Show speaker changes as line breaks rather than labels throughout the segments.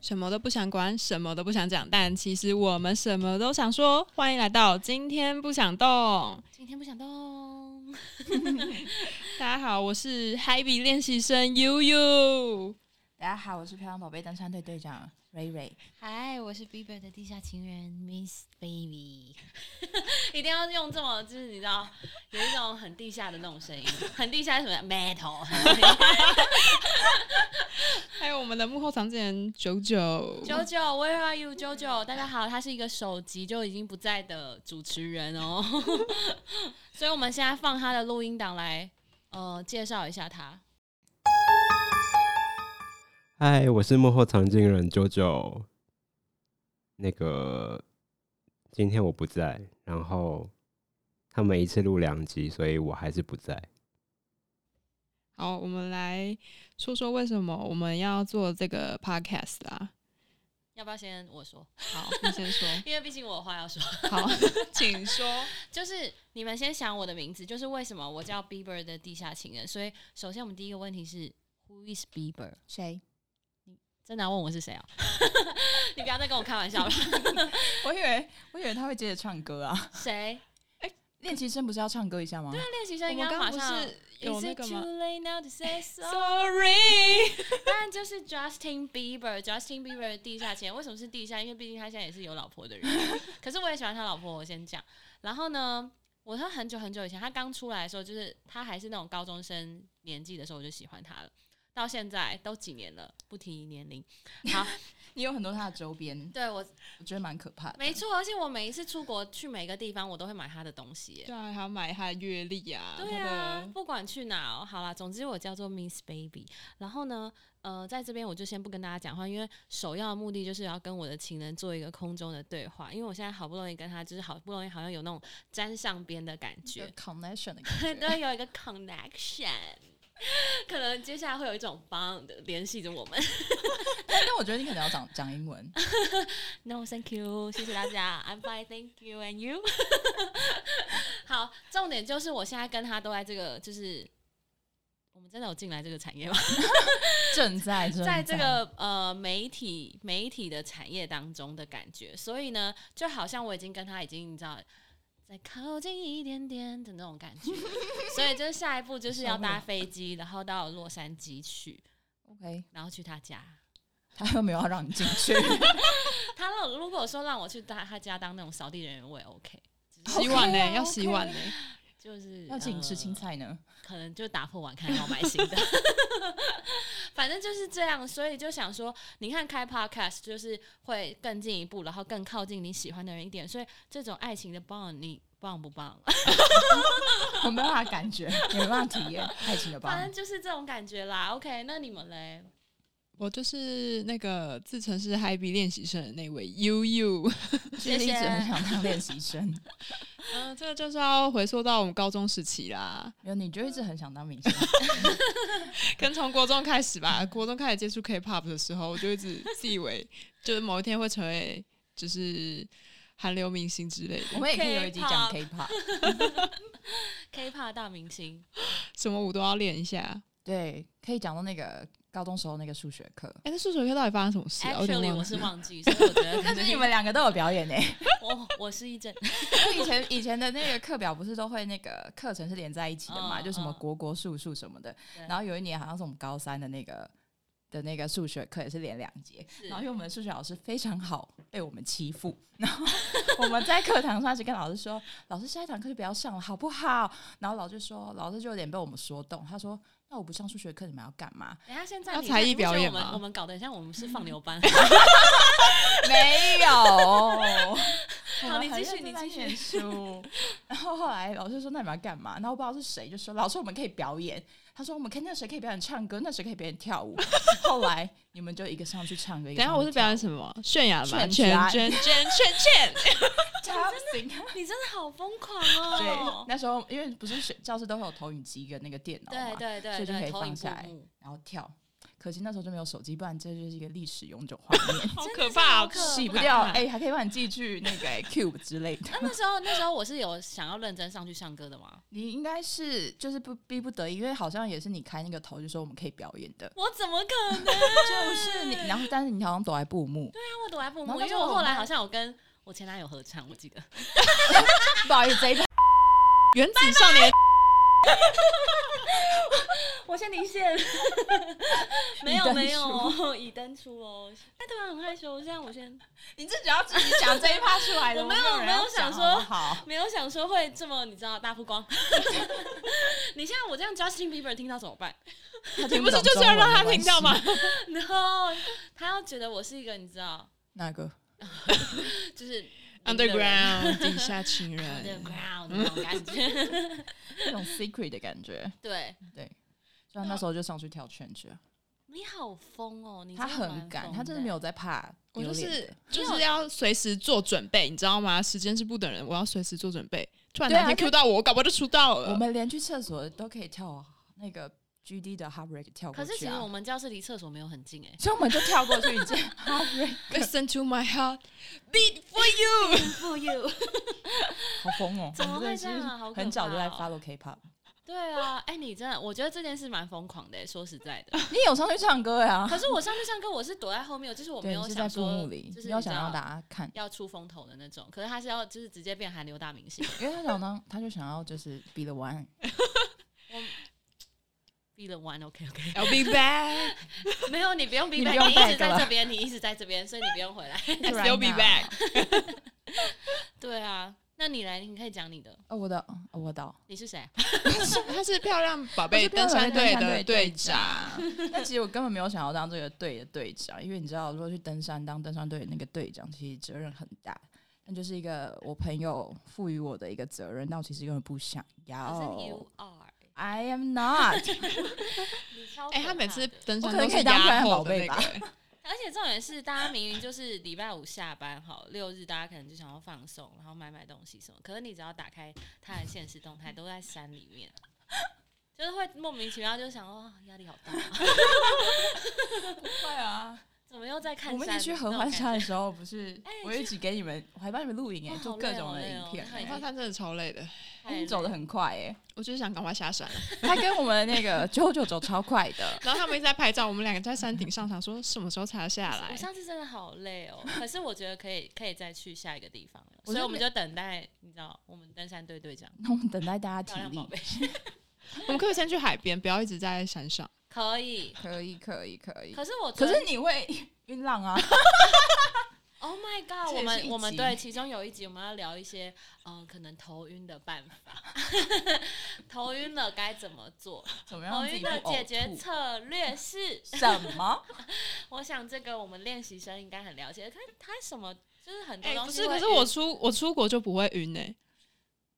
什么都不想管，什么都不想讲，但其实我们什么都想说。欢迎来到今天不想动，
今天不想动，
大家好，我是 Happy 练习生悠悠。
大家好，我是漂亮宝贝登山队队长瑞瑞。
嗨，我是 Bieber 的地下情人 Miss Baby，一定要用这么就是你知道有一种很地下的那种声音， 很地下是什么 metal。
还有我们的幕后常见人九九，
九九，Where are you？九九，大家好，他是一个首集就已经不在的主持人哦， 所以我们现在放他的录音档来呃介绍一下他。
嗨，我是幕后藏镜人九九。那个今天我不在，然后他们一次录两集，所以我还是不在。
好，我们来说说为什么我们要做这个 podcast 啦。
要不要先我说？
好，你先说。
因为毕竟我有话要说。
好，请说。
就是你们先想我的名字，就是为什么我叫 Bieber 的地下情人。所以，首先我们第一个问题是 Who is Bieber？
谁？
真的要问我是谁啊？ 你不要再跟我开玩笑了。
我以为我以为他会接着唱歌啊。
谁？
练习生不是要唱歌一下吗？
那 练习
我
生应
们
该
刚
马
刚不
上
是有那个
Is it
吗
too late now to say so？
？Sorry，
但就是 Justin Bieber，Justin Bieber 的地下情人为什么是地下？因为毕竟他现在也是有老婆的人。可是我也喜欢他老婆，我先讲。然后呢，我他很久很久以前，他刚出来的时候，就是他还是那种高中生年纪的时候，我就喜欢他了。到现在都几年了，不提年龄。好，
你有很多他的周边，
对我
我觉得蛮可怕的。
没错，而且我每一次出国去每个地方，我都会买他的东西耶
对。啊，还要买他的阅历啊，
对啊，不管去哪、哦，好啦，总之我叫做 Miss Baby。然后呢，呃，在这边我就先不跟大家讲话，因为首要的目的就是要跟我的情人做一个空中的对话，因为我现在好不容易跟他，就是好不容易好像有那种沾上边的感
有
觉，
connection 的感觉。
对，有一个 connection。可能接下来会有一种 bond 联系着我 们。
但但我觉得你可能要讲讲英文。
No，thank you，谢谢大家。I'm fine，thank you，and you 。 好，重点就是我现在跟他都在这个，就是我们真的有进来这个产业吗？
正在正
在这个呃媒体媒体的产业当中的感觉，所以呢，就好像我已经跟他已经你知道再靠近一点点的那种感觉，所以就是下一步就是要搭飞机，然后到洛杉矶去，
OK，
然后去他家。
他又没有要让你进去，
他如果如果说让我去他他家当那种扫地人员，我也 OK，
洗碗呢、
哦
OK 啊
要洗碗呢、
就是
要请你吃青
呃
菜呢。
可能就打破碗看要买新的， 反正就是这样，所以就想说，你看开 podcast 就是会更进一步，然后更靠近你喜欢的人一点，所以这种爱情的 bond 你棒不棒？
我没办法感觉，也 没办法体验爱情的
反
吧
正？就是这种感觉啦。OK，那你们嘞？
我就是那个自称是 Happy 练习生的那位悠悠。
其实你一直很想当练习生，
嗯，这个就是要回溯到我们高中时期 啦，
没有你就一直很想当明星。
可能从国中开始吧。国中开始接触 K-pop 的时候，我就一直自以为 就是某一天会成为就是韩流明星之类
我
的，
们也可以有一集讲
K-pop
K-pop。
K-pop 大明星，
什么舞都要练一下。
对，可以讲到那个高中时候那个数学课。
哎、那数学课到底发生什么事啊？我有点
Actually，
忘
我
记
是
了
忘记，所以我觉 得
但是你们两个都有表演欸呢、
我我是一阵
因为以前以前的那个课表不是都会那个课程是连在一起的嘛，
嗯
就什么
嗯
国国数数什么的。
对
然后有一年好像是我们高三的那个的那个数学课也是连两节，
是
然后因为我们的数学老师非常好，被我们欺负，然后我们在课堂上去跟老师说，老师下一堂课就不要上了好不好？然后老师就说，老师就有点被我们说动，他说。那我不上数学课，你们要干嘛？
等一下现在
要
你
才艺
你不觉得
表演
我们
吗
我们搞得很像我们是放牛 班，
没有。
好你继续你继续
续书。 然后后来老师说：“那你们要干嘛？”然后我不知道是谁就说：“老师，我们可以表演。”他说：“我们看那谁可以表演唱歌，那谁可以表演跳舞。” 后来你们就一个上去唱歌，一个
等一下
上去
我是表演什么？炫耀吧，
炫
圈
圈
圈圈圈圈。，
跳舞真的。
你真的好疯狂
对
哦，！
那时候因为不是学教室都会有投影机跟那个电脑嘛，
对对对
所以就可
对，
以
投影
放下
幕
来
幕。
然后跳。可惜那时候就没有手机，不然这就是一个历史永久画 面
好
真的
可
是
怕
好
哦，
可
洗不
怕
掉。哎、还可以帮你寄去那个、哎 Cube 之类的。
那那时候，那时候我是有想要认真上去唱歌的吗？
你应该是就是不逼不得已，因为好像也是你开那个头，就说我们可以表演的，
我怎么可能？
就是你。然后，但是你好像躲在布幕，
啊那我 躲在父
然
母，
后
因
那
为
时候
我后
我
来
们
好像有跟我前男友合唱，我记得。
不好意思，这一段
原子少年
我先离线， 没有
已登
没有， 已登出哦。哎，对啊，很害羞，这样我先
你自己要自己讲这一趴出来的，
我没有
我人要
没有想
讲
说
好不好，
没有想说会这么，你知道大曝光。 你现在我这样 Justin Bieber 听到怎么 办
他
你
听
不是
懂
就是要
中文
让他听到？吗
没？关系
？No，他要觉得我是一个你知道，
哪个？
就 是一个人
Underground 地下情
呃
人，
underground 那种感觉。
那种 secret 的感觉，
对，
对。所以他那时候就上去跳圈圈，
你好疯哦，你
他
真的蛮
很敢，
疯
他真的
的
没有在怕
我
丢
就
脸的。
是就是要随时做准备，你知道吗？时间是不等人，我要随时做准备。突然哪天
对啊
Q 到我，我搞不好就出道
我
了。
们连去厕所都可以跳那个 GD 的 Heartbreak 跳过
可
去、啊。
是其实我们教室离厕所没有很近哎、
所以我们就跳过去，已经 Heartbreak
Listen to my heart beat for you。
For you，
好疯哦！
怎么会这样啊
我们真的是
好可怕哦
很早就在 follow K-pop。
对啊，哎、你真的，我觉得这件事蛮疯狂的、欸。说实在 的，
你有上去唱歌呀、
可是我上去唱歌，我是躲在后面，我就是我没
对，
有
你是
想
在布
说
幕里，，
就是
你要
知
想
道
让大家看，
要出风头的那种。可是他是要就是直接变韩流大明 星
因为他 想当，他就想要就是 be the one。
，be the one，OK OK，,
I'll be back,
没有你不 用 be
你
back，
不用
你一直
back
在
了
这边，你一直在这边，所以你不用回来。
I still be back。
对啊，那你来，你可以讲你的，
哦，我的，哦我的。
你是谁？
她是漂亮宝
我
贝
是漂
登
亮
山
宝
队
贝登
的
山队队
长，
但其实我根本没有想要当这个队的队长，因为你知道，如果去登山当登山队的那个队长，其实责任很大。那就是一个我朋友赋予我的一个责任，但我其实根本不想
可
要。
是 you are，
I am not
你超
哎，
可
他每
怕
次
的
登
我
山
可能
都
可
是
以当漂
压
亮
后
宝
的那
贝
个
吧
欸。
而且重点是，大家明明就是礼拜五下班好，六日大家可能就想要放松，然后买买东西什么。可是你只要打开他的现实动态，都在山里面， 就是会莫名其妙就想哦，压力好大，
对啊，
怎么又在看山？
我们一起去
那
合
种
欢
感
山的
觉，
时候，不是
哎
我一起给你们，我还帮你们录影哎，
哦
就
好
各
累
种
好
的
累
影
哦
片
看
哎，
一
华
下
山真的超累的，
哎你走的
的
很快哎，
我就是想赶快下山。
他跟我们 那个 JoJo 走超快的，
然后他们一直在拍照，我们两个在山顶上，想说什么时候才要下来
我？上次真的好累哦， 可是我觉得可以，可以再去下一个地方了，
我
所以
觉得
我们
没
就等待，你知道，我们登山队队长
那我们等待大家
漂
体
亮 宝
力，
贝，
我们可不可以先去海边，不要一直在山上。
可以。
可以可以可以
可。是我昨
可
天
是你会晕 浪啊？
Oh my god！我
这也是
们
一
我们
集
对其中有一集我们要聊一些嗯、呃可能头晕的办法， 头晕了该怎么做？
怎么
头
样自
晕啊
己不
的解
呕
决
吐？
策略是，
什么？
我想这个我们练习生应该很了解。他他什么就是很多
哎、
东
不
西
是，
会晕、
可是我出我出国就不会晕呢、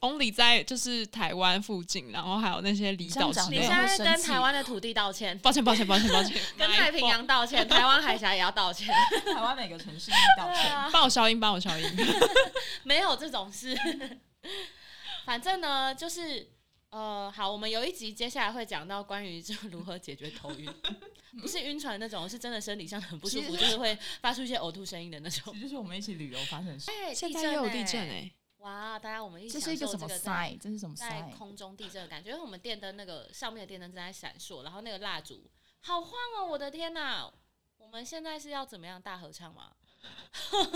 Only 在就是台湾附近，然后还有那些离岛之
你
你
类
现
这
的。
在
样讲会
跟
生气
台湾的土地道歉，
抱歉，抱歉，抱歉，抱歉，
跟
My
太平洋道 歉，台湾海峡也要道歉。
台湾每个城市道
对
歉。
啊
fault，，帮我消音，帮我消音。
没有这种事。 反正呢，就是呃，好，我们有一集接下来会讲到关于就如何解决头晕， 不是晕船那种，是真的生理上很不舒服，
其
就
实
是会发出一些呕吐声音的那种
其。实就是我们一起旅游发生的事。
哎、
现在也有地震哎、
哎、哇，大家我们一起
欸这是一个
享受
什么
这在
sign？这是什么
在
sign？
空中地震的感觉，因为我们电灯那个上面的电灯正在闪烁，然后那个蜡烛好晃哦，我的天哪！我们现在是要怎么样大合唱吗？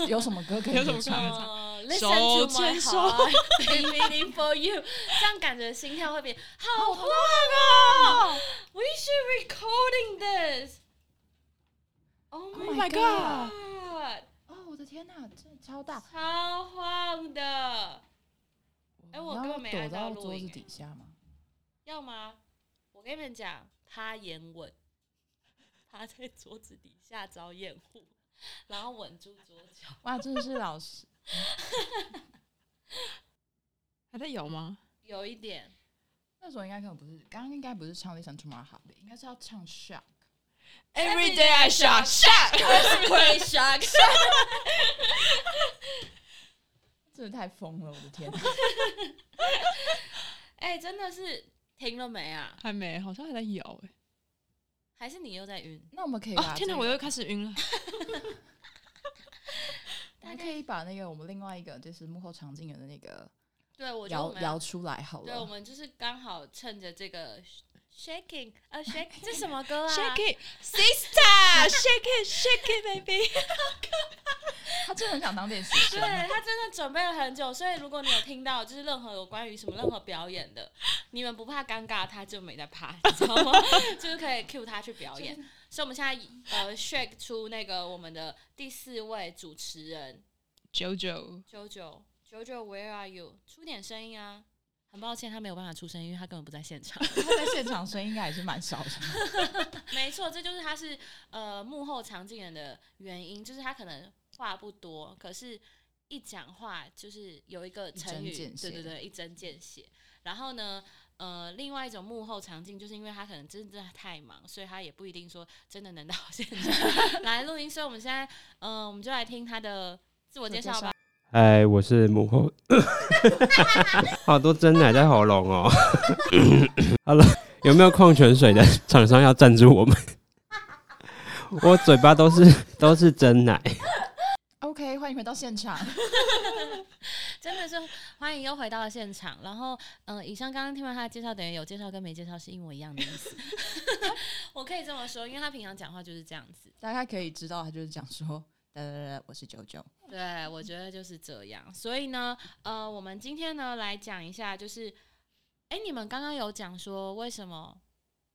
有什么歌可以
有什么歌
合唱？
呃
手
Listen to my
牵手
heart, be waiting for you，这 样感觉心跳会变好晃哦。We should recording this. Oh
Oh
my
my god！
god，
哦，我的天哪，真的超大！
超晃的，哎我
要
根本没
躲
按到
到
录
桌
影
子
哎
底下吗？
要吗？我跟你们讲，趴眼吻，趴在桌子底下找掩护，然后吻住桌角。
哇，真的是老师，
还在有吗？
有一点，
那时候应该根本不是，刚刚应该不是唱《Listen to My Heart》的，应该是要唱《Shock》。
Every day I shock shock，
会 shock
真的太疯了，我的 天！
哎、真的是停了没啊？
还没，好像还在有哎、
还是你又在晕？
那我们可以把、
欸
啊
哦，天哪，我又开始晕了。
我们可以把那个我们另外一个就是幕后常进人的那个
对，我觉得我
摇
们要
摇出来好
对，我
了。
们就是刚好趁着这个 shaking 啊 shake 这什么歌啊
Shake it, sister, shake it, shake it, baby。
他真的很想当练习生
对，他真的准备了很久，所以如果你有听到就是任何有关于什么任何表演的，你们不怕尴尬，他就没在怕，你知道吗？ 就是可以 cue 他去表演。所以我们现在呃 shake 出那个我们的第四位主持人
JoJo，
九九九九 Where are you？出点声音啊！很抱歉，他没有办法出声音，因为他根本不在现场。
他在现场声音应该也是蛮 少的。
没错，这就是他是呃幕后常进人的原因，就是他可能话不多，可是一讲话就是有一个成
一针
语，
见血
对对对，一针见血。然后呢，呃，另外一种幕后常进，就是因为他可能真的太忙，所以他也不一定说真的能到现场 来录音。所以我们现在，嗯、我们就来听他的自我介绍吧。
嗨，我是幕后， 好多真奶在喉咙哦。 好了，有没有矿泉水的厂商要赞助我们？ 我嘴巴都是都是真奶。
OK，欢迎回到现场。
真的是欢迎又回到了现场。然后，嗯、以上刚刚听完他的介绍，等于有介绍跟没介绍是一模一样的意思。 我可以这么说，因为他平常讲话就是这样子。
大概可以知道，他就是讲说，哒哒哒哒，我是九九。
对，我觉得就是这样。所以呢，呃，我们今天呢来讲一下，就是，哎，你们刚刚有讲说为什么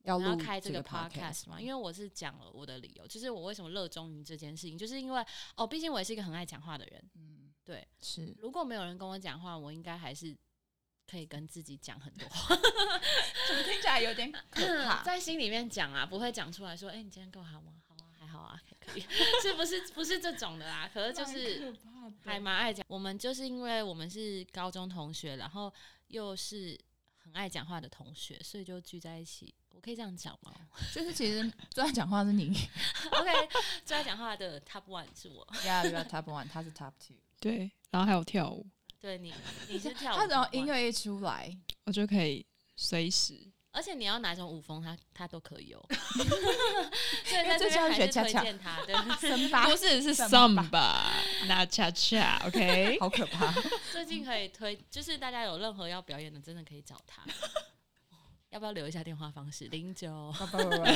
要
我们要
录
开这
个
podcast 吗？因为我是讲了我的理由，就是我为什么热衷于这件事情，就是因为哦，毕竟我也是一个很爱讲话的人。
嗯，
对，
是
如果没有人跟我讲话，我应该还是可以跟自己讲很多话。
怎么听起来有点可 怕？
在心里面讲啊，不会讲出来说，哎、你今天够好吗？好啊，还好啊，还可 以，是不是不是这种的啦？可是就是还蛮爱讲。我们就是因为我们是高中同学，然后又是很爱讲话的同学，所以就聚在一起。我可以这样讲 吗
就是其实最爱讲话是 你
？OK，最爱讲话的 Top One 是我，
，Yeah, you are top one，他是 top two。
对，然后还有跳舞，
对你，你是跳舞，
他只要音，乐一出来，
我就可以随时。
而且你要哪种舞风，他他都可 以哦。所以
因
在这
为这是
边
要
还
学
是
恰
推
恰
荐他，对。
森 巴
不是是 some 吧，那恰恰 OK。
好可 怕。
最近可以推，就是大家有任何要表演的，真的可以找他。 要不要留一下电话方式？零九。
不不不不不不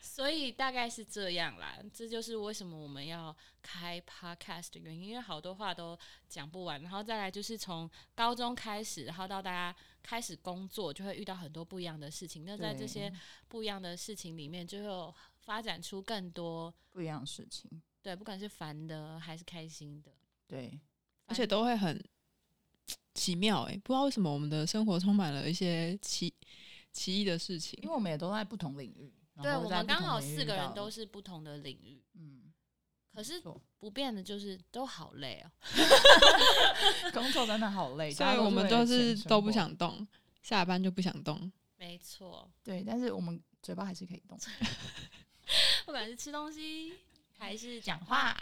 所以大概是这样啦，这就是为什么我们要开 podcast 的原因，因为好多话都讲不完。然后再来就是从高中开始，然后到大家开始工作，就会遇到很多不一样的事情。那在这
对
些不一样的事情里面，就会有发展出更多
不一样的事情。
对，不管是烦的还是开心的。
对，
而且都会很奇妙哎、不知道为什么我们的生活充满了一些奇奇异的事情
因为。我们也都在不同领域。
对我们刚好四个人都
是，
是不同的领域，
嗯，
可是
没错
不变的就是都好累哦。
工作真的 好累，
所
大
以
家都
我们
为了
都是
钱生
都不
活。
想动，下班就不想动。
没错，
对，但是我们嘴巴还是可以 动。
不管是吃东西还是讲话，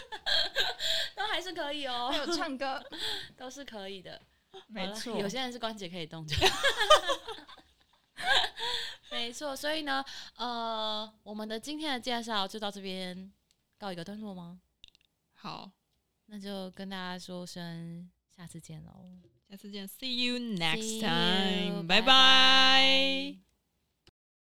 都还是可以哦
还，有 唱歌，
都是可以的。好
没
了
错，
有些人是关节可以 动的。没错，所以呢，呃，我们的今天的介绍就到这边告一个段落吗？
好，
那就跟大家说声下次见喽
下次见，See you next
See you，
time，
拜
拜拜。